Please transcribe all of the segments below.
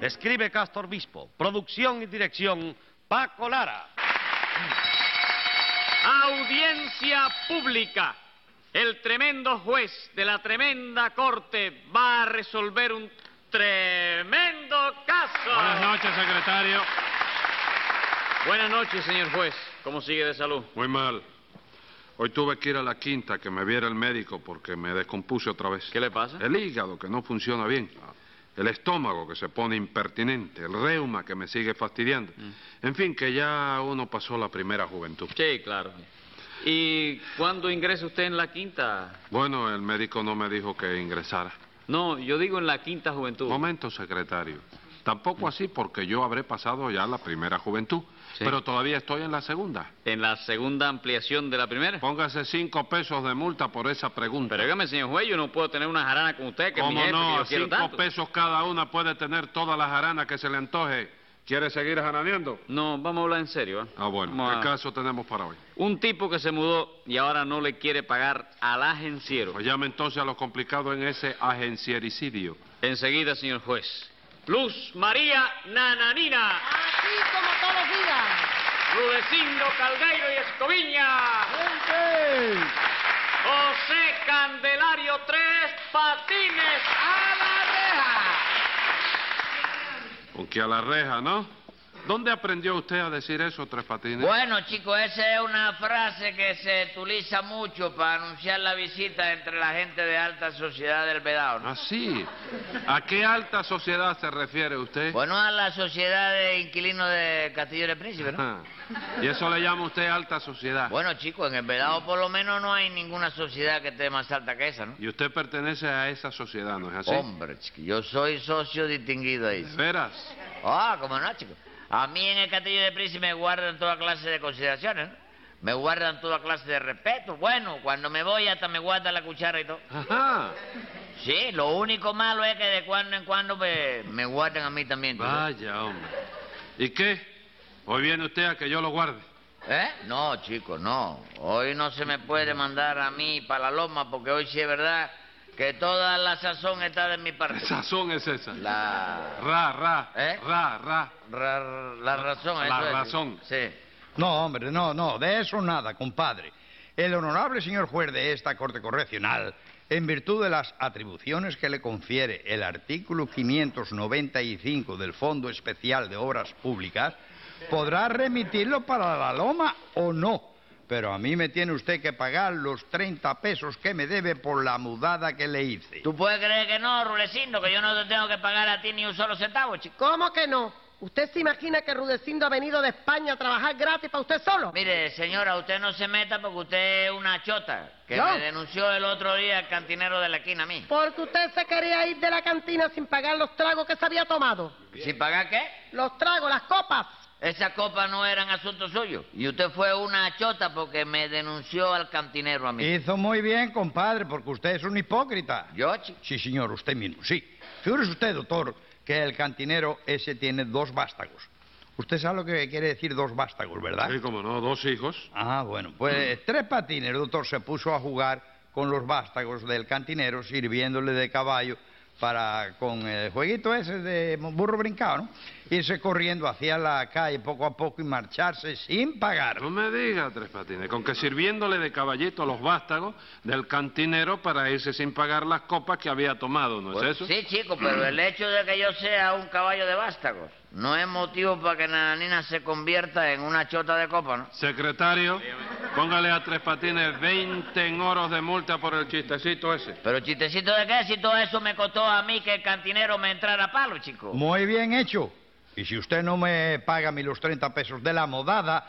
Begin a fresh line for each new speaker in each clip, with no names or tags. Escribe Castor Bispo. Producción y dirección, Paco Lara.
Audiencia pública. El tremendo juez de la tremenda corte va a resolver un tremendo caso.
Buenas noches, secretario.
Buenas noches, señor juez. ¿Cómo sigue de salud?
Muy mal. Hoy tuve que ir a la quinta que me viera el médico porque me descompuse otra vez.
¿Qué le pasa?
El hígado que no funciona bien. El estómago que se pone impertinente. El reuma que me sigue fastidiando. En fin, que ya uno pasó la primera juventud.
Sí, claro. ¿Y cuándo ingresa usted en la quinta?
Bueno, el médico no me dijo que ingresara.
No, yo digo en la quinta juventud.
Momento, secretario. Tampoco así porque yo habré pasado ya la primera juventud.
Sí.
Pero todavía estoy en la segunda.
¿En la segunda ampliación de la primera?
Póngase cinco pesos de multa por esa pregunta.
Eh. Pero dígame, señor juez, yo no puedo tener una jarana con usted, que es mi
¿Cómo
jefe, que
no?
yo quiero
cinco
tanto.
pesos cada una puede tener toda la jarana que se le antoje. ¿Quiere seguir jaraneando?
No, vamos a hablar en serio. ¿eh?
Ah, bueno.
Vamos
¿Qué
a-
caso tenemos para hoy?
Un tipo que se mudó y ahora no le quiere pagar al agenciero.
Pues llame entonces a lo complicado en ese agenciericidio.
Enseguida, señor juez. Luz María Nananina,
Así como todos los días.
Rudecindo Caldeiro y Escoviña, José Candelario Tres Patines a la
Aunque a la reja, ¿no? ¿Dónde aprendió usted a decir eso, Tres Patines?
Bueno, chicos, esa es una frase que se utiliza mucho para anunciar la visita entre la gente de alta sociedad del Vedado. ¿no?
Ah, sí. ¿A qué alta sociedad se refiere usted?
Bueno, a la sociedad de inquilinos de Castillo del Príncipe, ¿no?
Ah, Y eso le llama usted alta sociedad.
Bueno, chicos, en el Vedado por lo menos no hay ninguna sociedad que esté más alta que esa, ¿no?
Y usted pertenece a esa sociedad, ¿no es así?
Hombre, chico, yo soy socio distinguido ahí.
¿De veras?
Ah, cómo no, chicos. A mí en el Castillo de Príncipe me guardan toda clase de consideraciones, ¿no? Me guardan toda clase de respeto. Bueno, cuando me voy hasta me guardan la cuchara y todo.
Ajá.
Sí, lo único malo es que de cuando en cuando pues, me guardan a mí también. ¿tú sabes?
Vaya, hombre. ¿Y qué? Hoy viene usted a que yo lo guarde.
¿Eh? No, chicos, no. Hoy no se me puede mandar a mí para la loma porque hoy sí es verdad que toda la sazón está de mi parte.
¿Qué sazón es esa?
La...
Ra, ra,
¿Eh?
ra, ra.
ra- la razón,
La
eso es.
razón.
Sí.
No, hombre, no, no, de eso nada, compadre. El honorable señor juez de esta Corte Correccional, en virtud de las atribuciones que le confiere el artículo 595 del Fondo Especial de Obras Públicas, podrá remitirlo para la Loma o no. Pero a mí me tiene usted que pagar los 30 pesos que me debe por la mudada que le hice.
¿Tú puedes creer que no, Rulecindo, que yo no te tengo que pagar a ti ni un solo centavo, chico?
¿Cómo que no? ¿Usted se imagina que Rudecindo ha venido de España a trabajar gratis para usted solo?
Mire, señora, usted no se meta porque usted es una chota que
¿Yo?
me denunció el otro día el cantinero de la esquina a mí.
Porque usted se quería ir de la cantina sin pagar los tragos que se había tomado.
¿Sin pagar qué?
Los tragos, las copas.
Esas copas no eran asunto suyo. Y usted fue una chota porque me denunció al cantinero a mí.
Hizo muy bien, compadre, porque usted es un hipócrita.
Yo, chico.
Sí, señor, usted mismo, sí. Figúrese usted, doctor, que el cantinero ese tiene dos vástagos. Usted sabe lo que quiere decir dos vástagos, ¿verdad?
Sí, como no, dos hijos.
Ah, bueno, pues tres patines, el doctor se puso a jugar con los vástagos del cantinero, sirviéndole de caballo para con el jueguito ese de burro brincado, ¿no? Irse corriendo hacia la calle poco a poco y marcharse sin pagar.
No me diga, Tres Patines, con que sirviéndole de caballito a los vástagos del cantinero para irse sin pagar las copas que había tomado, ¿no es ¿Pues eso?
pues, Sí, chico, pero el hecho de que yo sea un caballo de vástagos no es motivo para que Nananina se convierta en una chota de copa, ¿no?
Secretario, póngale a Tres Patines 20 en oros de multa por el chistecito ese.
Pero chistecito de qué si todo eso me costó a mí que el cantinero me entrara a palo, chico.
Muy bien hecho. Y si usted no me paga a mí los 30 pesos de la modada,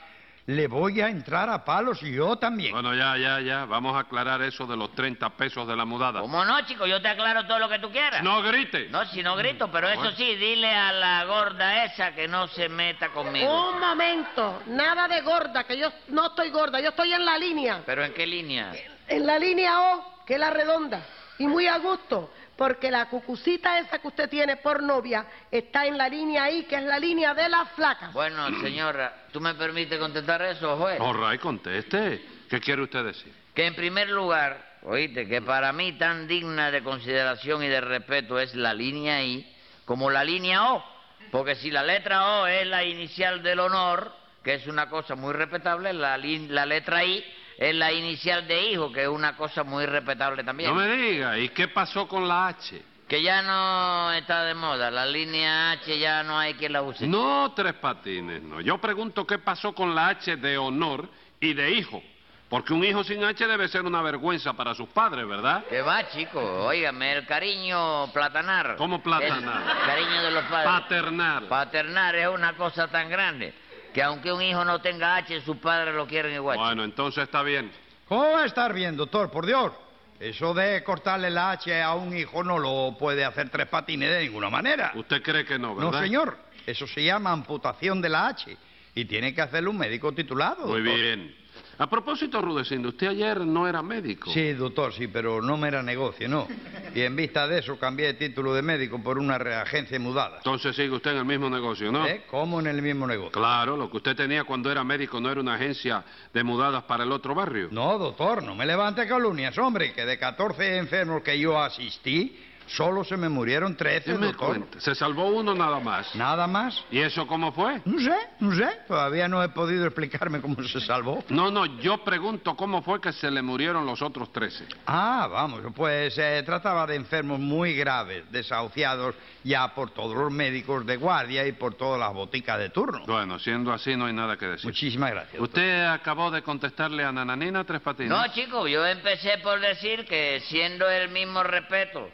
le voy a entrar a palos yo también.
Bueno, ya, ya, ya. Vamos a aclarar eso de los 30 pesos de la mudada.
¿Cómo no, chico? Yo te aclaro todo lo que tú quieras.
¡No grite!
No, si no grito, pero eso sí, dile a la gorda esa que no se meta conmigo.
Un momento, nada de gorda, que yo no estoy gorda, yo estoy en la línea.
¿Pero en qué línea?
En la línea O, que es la redonda. Y muy a gusto, porque la cucucita esa que usted tiene por novia está en la línea I, que es la línea de las flacas.
Bueno, señora, ¿tú me permites contestar eso, juez?
All right, conteste. ¿Qué quiere usted decir?
Que en primer lugar, oíste, que para mí tan digna de consideración y de respeto es la línea I como la línea O. Porque si la letra O es la inicial del honor, que es una cosa muy respetable, la, li- la letra I es la inicial de hijo, que es una cosa muy respetable también.
No me diga, ¿y qué pasó con la H?
Que ya no está de moda, la línea H ya no hay quien la use.
No, tres patines, no. Yo pregunto qué pasó con la H de honor y de hijo. Porque un hijo sin H debe ser una vergüenza para sus padres, ¿verdad?
Que va, chico, óigame, el cariño platanar.
¿Cómo platanar?
El cariño de los padres.
Paternal.
Paternar es una cosa tan grande que aunque un hijo no tenga H, sus padres lo quieren igual.
Bueno, entonces está bien.
¿Cómo va a estar bien, doctor? Por Dios. Eso de cortarle la H a un hijo no lo puede hacer tres patines de ninguna manera.
Usted cree que no,
No,
¿verdad?
señor. Eso se llama amputación de la H. Y tiene que hacerlo un médico titulado.
Muy
doctor.
bien. A propósito, Rudecindo, usted ayer no era médico.
Sí, doctor, sí, pero no me era negocio, no. Y en vista de eso cambié de título de médico por una reagencia y mudada.
Entonces sigue usted en el mismo negocio, ¿no?
¿Eh? Como en el mismo negocio.
Claro, lo que usted tenía cuando era médico no era una agencia de mudadas para el otro barrio.
No, doctor, no me levante calumnias, hombre, que de 14 enfermos que yo asistí, solo se me murieron 13,
Deme
doctor.
cuenta, Se salvó uno nada más.
Nada más.
¿Y eso cómo fue?
No sé, no sé. Todavía no he podido explicarme cómo se salvó.
No, no, yo pregunto cómo fue que se le murieron los otros trece.
Ah, vamos, pues se trataba de enfermos muy graves, desahuciados ya por todos los médicos de guardia y por todas las boticas de turno.
Bueno, siendo así no hay nada que decir.
Muchísimas gracias. doctor.
Usted acabó de contestarle a Nananina Tres Patines.
No, chico, yo empecé por decir que siendo el mismo respeto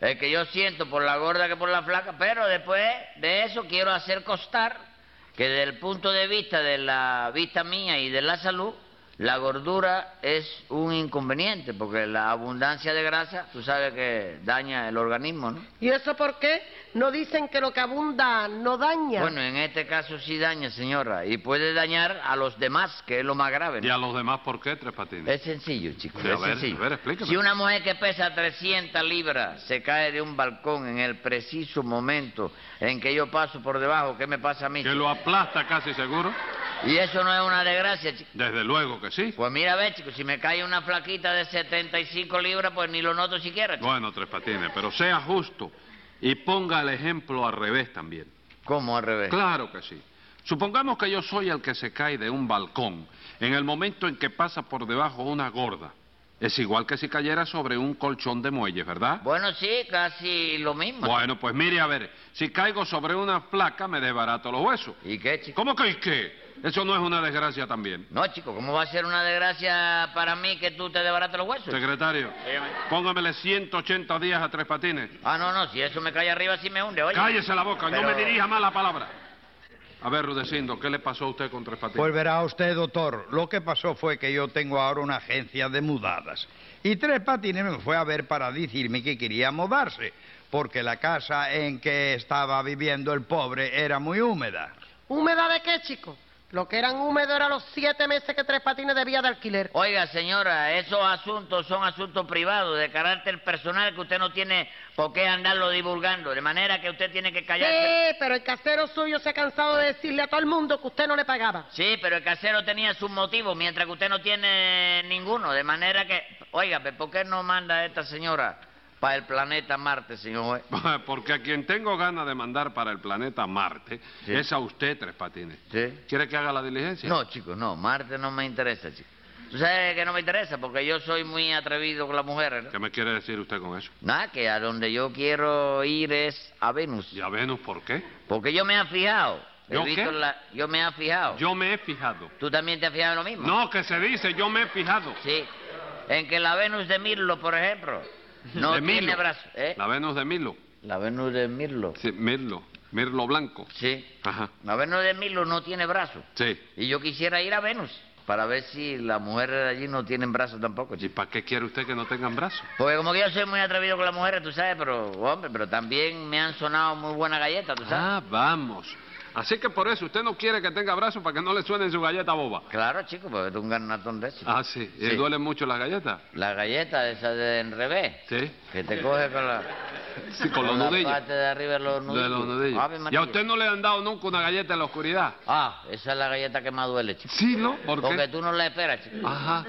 el que yo siento por la gorda que por la flaca, pero después de eso quiero hacer constar que desde el punto de vista de la vista mía y de la salud, la gordura es un inconveniente, porque la abundancia de grasa, tú sabes que daña el organismo, ¿no?
¿Y eso por qué? No dicen que lo que abunda no daña.
Bueno, en este caso sí daña, señora, y puede dañar a los demás, que es lo más grave. ¿no?
¿Y a los demás por qué Tres Patines?
Es sencillo, chicos.
Sí, a
es
ver,
sencillo.
a ver, explícame.
Si una mujer que pesa 300 libras se cae de un balcón en el preciso momento en que yo paso por debajo, ¿qué me pasa a mí?
Que lo aplasta casi seguro.
Y eso no es una desgracia, chicos.
Desde luego que sí.
Pues mira, ve, chicos, si me cae una flaquita de 75 libras, pues ni lo noto siquiera. chico.
Bueno, Tres Patines, pero sea justo y ponga el ejemplo al revés también.
¿Cómo al revés?
Claro que sí. Supongamos que yo soy el que se cae de un balcón en el momento en que pasa por debajo una gorda. Es igual que si cayera sobre un colchón de muelles, ¿verdad?
Bueno, sí, casi lo mismo.
Bueno, pues mire, a ver, si caigo sobre una placa me desbarato los huesos.
¿Y qué, chico?
¿Cómo que y qué? Eso no es una desgracia también.
No, chico, ¿cómo va a ser una desgracia para mí que tú te debarates los huesos?
Secretario,
Dígame.
póngamele 180 días a tres patines.
Ah, no, no, si eso me cae arriba, sí me hunde, oye.
Cállese la boca, no
Pero-
me dirija más la palabra. A ver, Rudecindo, ¿qué le pasó a usted con tres patines?
Pues verá usted, doctor, lo que pasó fue que yo tengo ahora una agencia de mudadas. Y Tres Patines me fue a ver para decirme que quería mudarse, porque la casa en que estaba viviendo el pobre era muy húmeda.
¿Húmeda de qué, chico? Lo que eran húmedos eran los siete meses que Tres Patines debía de alquiler.
Oiga, señora, esos asuntos son asuntos privados de carácter personal que usted no tiene por qué andarlo divulgando, de manera que usted tiene que callarse.
Sí, pero el casero suyo se ha cansado de decirle a todo el mundo que usted no le pagaba.
Sí, pero el casero tenía sus motivos, mientras que usted no tiene ninguno, de manera que... Oiga, ¿por qué no manda a esta señora para el planeta Marte, señor? juez?
Porque a quien tengo ganas de mandar para el planeta Marte
Sí.
es a usted, Tres Patines.
Sí.
¿Quiere que haga la diligencia?
No, chicos, no, Marte no me interesa, chicos. Tú sabes que no me interesa, porque yo soy muy atrevido con las mujeres, ¿no?
¿Qué me quiere decir usted con eso?
Nada, que a donde yo quiero ir es a Venus.
¿Y a Venus por qué?
Porque yo me he fijado. He
¿Yo
visto
qué?
la- yo me he fijado.
Yo me he fijado.
¿Tú también te has fijado en lo mismo?
No, que se dice, yo me he fijado.
Sí. En que la Venus de Mirlo, por ejemplo, no
de
tiene
Milo.
brazos. ¿eh?
La Venus de Milo.
La Venus de Mirlo.
Sí, Mirlo. Mirlo blanco.
Sí.
Ajá.
La Venus de Mirlo no tiene brazos.
Sí.
Y yo quisiera ir a Venus para ver si las mujeres de allí no tienen brazos tampoco,
Pues, ¿Y
chico.
para qué quiere usted que no tengan brazos?
Porque como que yo soy muy atrevido con las mujeres, tú sabes, pero, hombre, pero también me han sonado muy buenas galletas, tú sabes.
Ah, vamos. Así que por eso usted no quiere que tenga brazos para que no le suenen su galleta boba.
Claro, chico, porque tú un garnatón de eso.
Ah, sí. ¿Y
Sí.
duelen mucho las galletas?
La galleta esa de en revés.
Sí.
Que te coge con la...
Sí, con los
la
nudillos.
parte de arriba de los nudillos.
De los nudillos.
Ave
¿Y a
María.
usted no le han dado nunca una galleta en la oscuridad?
Ah, esa es la galleta que más duele, chico.
Sí, ¿no? ¿Por
Porque
qué?
tú no la esperas, chico.
Ajá.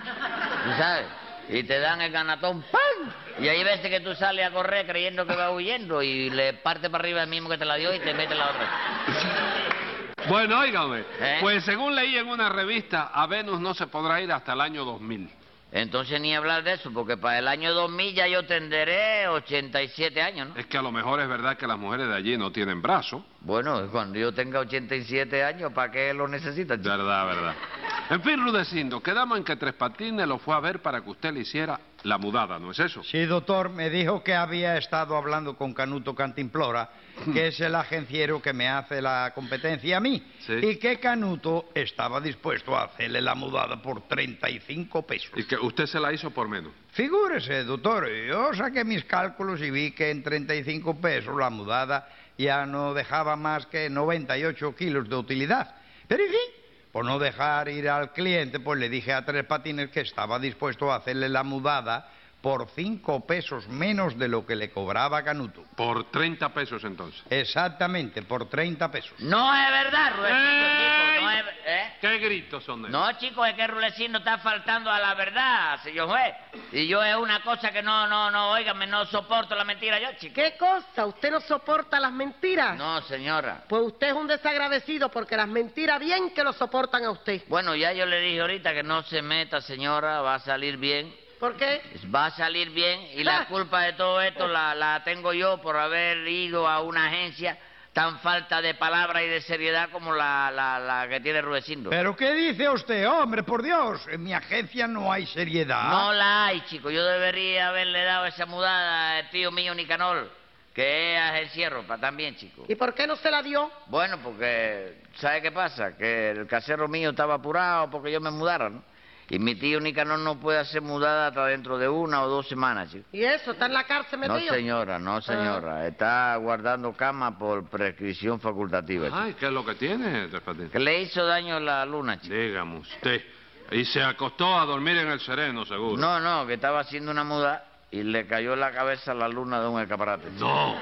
¿Tú sabes? Y te dan el ganatón, ¡pam! Y hay veces que tú sales a correr creyendo que vas huyendo y le parte para arriba el mismo que te la dio y te mete la otra.
Bueno, óigame,
¿Eh?
pues según leí en una revista, a Venus no se podrá ir hasta el año 2000.
Entonces ni hablar de eso, porque para el año 2000 ya yo tendré 87 años, ¿no?
Es que a lo mejor es verdad que las mujeres de allí no tienen brazos.
Bueno, cuando yo tenga 87 años, ¿para qué lo necesitas? chico?
Verdad, verdad. En fin, Rudecindo, quedamos en que Tres Patines lo fue a ver para que usted le hiciera la mudada, ¿no es eso?
Sí, doctor, me dijo que había estado hablando con Canuto Cantimplora, que es el agenciero que me hace la competencia a mí,
Sí.
y que Canuto estaba dispuesto a hacerle la mudada por 35 pesos.
Y que usted se la hizo por menos.
Figúrese, doctor, yo saqué mis cálculos y vi que en 35 pesos la mudada ya no dejaba más que 98 kilos de utilidad. Pero, en fin, por no dejar ir al cliente, pues le dije a Tres Patines que estaba dispuesto a hacerle la mudada por 5 pesos menos de lo que le cobraba Canuto.
Por 30 pesos entonces.
Exactamente, por 30 pesos.
No es verdad, Rudecindo, chico, no
¡Ey!
es... ver- ¿eh?
¿Qué gritos son esos?
No, chicos, es que Rudecindo está faltando a la verdad, señor juez. Y yo es una cosa que no, no, no, óigame, no soporto la mentira yo, chico.
¿Qué cosa? ¿Usted no soporta las mentiras?
No, señora.
Pues usted es un desagradecido porque las mentiras bien que lo soportan a usted.
Bueno, ya yo le dije ahorita que no se meta, señora, va a salir bien.
¿Por qué?
Va a salir bien y la culpa de todo esto la, la tengo yo por haber ido a una agencia tan falta de palabra y de seriedad como la, la, la que tiene Rudecindo.
¿Pero qué dice usted, hombre? Por Dios, en mi agencia no hay seriedad.
No la hay, chico. Yo debería haberle dado esa mudada al tío mío Nicanor, que es agencierro, pa también, chico.
¿Y por qué no se la dio?
Bueno, porque, ¿sabe qué pasa? Que el casero mío estaba apurado porque yo me mudara, ¿no? Y mi tío Nicanor no puede hacer mudada hasta dentro de una o dos semanas, chico.
¿Y eso? ¿Está en la cárcel
No,
metido?
señora, no, señora. Está guardando cama por prescripción facultativa, chico.
Ay, ¿qué es lo que tiene Tres Patines?
Que le hizo daño la luna, chico.
Dígame usted. Y se acostó a dormir en el sereno, seguro.
No, no, que estaba haciendo una muda y le cayó en la cabeza la luna de un escaparate. chico.
No.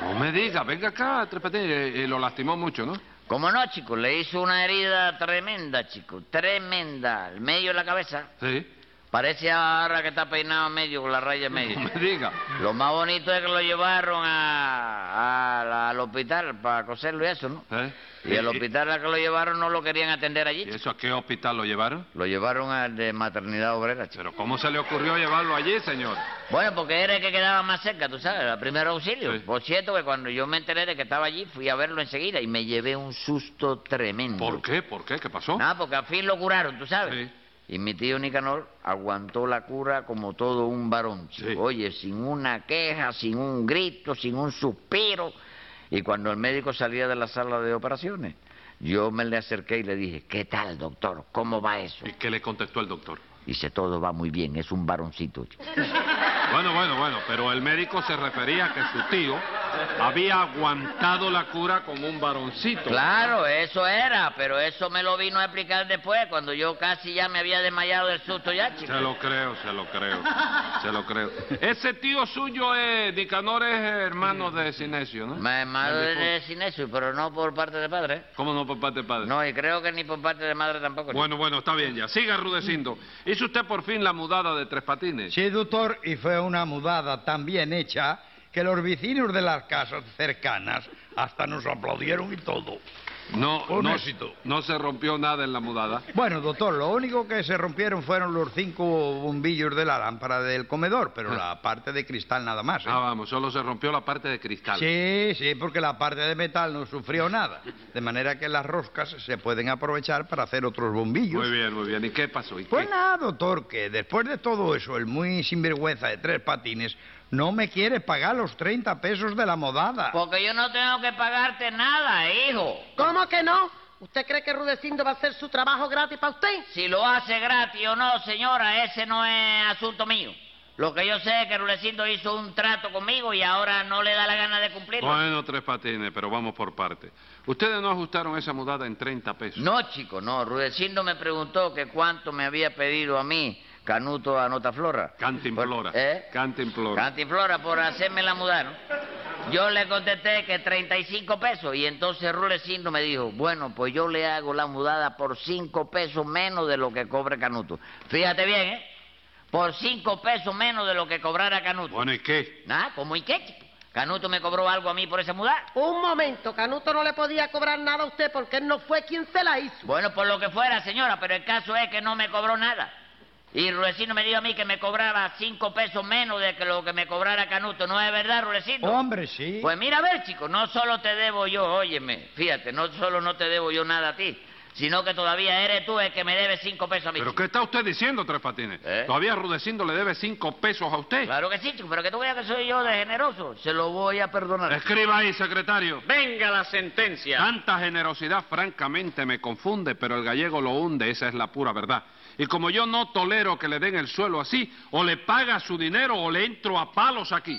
No me diga, venga acá, Tres Patines. Eh, eh, lo lastimó mucho, ¿no?
Como no, chico, le hizo una herida tremenda, chico, tremenda, al medio de la cabeza.
Sí.
Parece ahora que está peinado a medio con la raya en medio.
No me diga.
Lo más bonito es que lo llevaron a- a la- al hospital para coserlo y eso, ¿no?
¿Eh?
Y el hospital al que lo llevaron no lo querían atender allí.
¿Y
chico.
eso a qué hospital lo llevaron?
Lo llevaron al de maternidad obrera, chico.
Pero ¿cómo se le ocurrió llevarlo allí, señor?
Bueno, porque era el que quedaba más cerca, tú sabes, al primer auxilio.
Sí.
Por cierto, que cuando yo me enteré de que estaba allí, fui a verlo enseguida y me llevé un susto tremendo.
¿Por qué? ¿Por qué? ¿Qué pasó?
Nada, Ah, porque al fin lo curaron, tú sabes.
Sí.
Y mi tío Nicanor aguantó la cura como todo un varón, chico.
Sí.
Oye, sin una queja, sin un grito, sin un suspiro. Y cuando el médico salía de la sala de operaciones, yo me le acerqué y le dije, ¿qué tal, doctor? ¿Cómo va eso?
¿Y qué le contestó el doctor?
Dice, todo va muy bien, es un varoncito. chico".
Bueno, bueno, bueno, pero el médico se refería a que su tío había aguantado la cura con un varoncito.
Claro, eso era, pero eso me lo vino a explicar después, cuando yo casi ya me había desmayado del susto ya, chico.
Se lo creo, se lo creo, se lo creo. Ese tío suyo, es, Nicanor, es hermano de Sinesio, ¿no?
Me malo
El difunto.
de cineso, pero no por parte de padre. ¿eh?
¿Cómo no por parte de padre?
No, y creo que ni por parte de madre tampoco. chico.
Bueno, bueno, está bien ya. Siga rudeciendo. ¿Hizo usted por fin la mudada de Tres Patines?
Sí, doctor, y fue una mudada tan bien hecha que los vecinos de las casas cercanas hasta nos aplaudieron y todo.
No,
Un
no,
éxito.
no se rompió nada en la mudada.
Bueno, doctor, lo único que se rompieron fueron los cinco bombillos de la lámpara del comedor, pero la parte de cristal nada más. ¿eh?
Ah, vamos, solo se rompió la parte de cristal.
Sí, sí, porque la parte de metal no sufrió nada. De manera que las roscas se pueden aprovechar para hacer otros bombillos.
Muy bien, muy bien. ¿Y qué pasó? ¿Y qué?
Pues nada, doctor, que después de todo eso, el muy sinvergüenza de tres patines no me quiere pagar los 30 pesos de la modada.
Porque yo no tengo que pagarte nada, hijo.
¿Cómo que no? ¿Usted cree que Rudecindo va a hacer su trabajo gratis para usted?
Si lo hace gratis o no, señora, ese no es asunto mío. Lo que yo sé es que Rulecindo hizo un trato conmigo y ahora no le da la gana de
eh,
cumplirlo.
Bueno, Tres Patines, pero vamos por parte. Ustedes no ajustaron esa mudada en 30 pesos.
No, chico, no. Rudecindo me preguntó que cuánto me había pedido a mí Canuto Anotaflora.
Cantimplora.
Por- ¿Eh?
Cantimplora.
Cantinflora, por hacerme la mudar. ¿no? Yo le contesté que 35 pesos y entonces Rulecindo me dijo, bueno, pues yo le hago la mudada por 5 pesos menos de lo que cobre Canuto. Fíjate bien, ¿eh? por cinco pesos menos de lo que cobrara Canuto.
Bueno, ¿y qué?
Nada, ¿cómo y qué? chico? Canuto me cobró algo a mí por esa mudar.
Un momento, Canuto no le podía cobrar nada a usted porque él no fue quien se la hizo.
Bueno, por lo que fuera, señora, pero el caso es que no me cobró nada. Y Rulecino me dijo a mí que me cobraba cinco pesos menos de que lo que me cobrara Canuto. ¿No es verdad, Rulecino?
Hombre, sí.
Pues mira, a ver, chico, no solo te debo yo, óyeme, fíjate, no solo no te debo yo nada a ti, sino que todavía eres tú el que me debes cinco pesos a mí.
¿Pero
chico.
qué está usted diciendo, Tres Patines?
¿Eh?
Todavía Rudecindo le debe cinco pesos a usted.
Claro que sí, chico, pero que tú veas que soy yo de generoso. Se lo voy a perdonar.
Escriba ahí, secretario.
Venga la sentencia.
Tanta generosidad francamente me confunde, pero el gallego lo hunde, esa es la pura verdad. Y como yo no tolero que le den el suelo así, o le paga su dinero o le entro a palos aquí.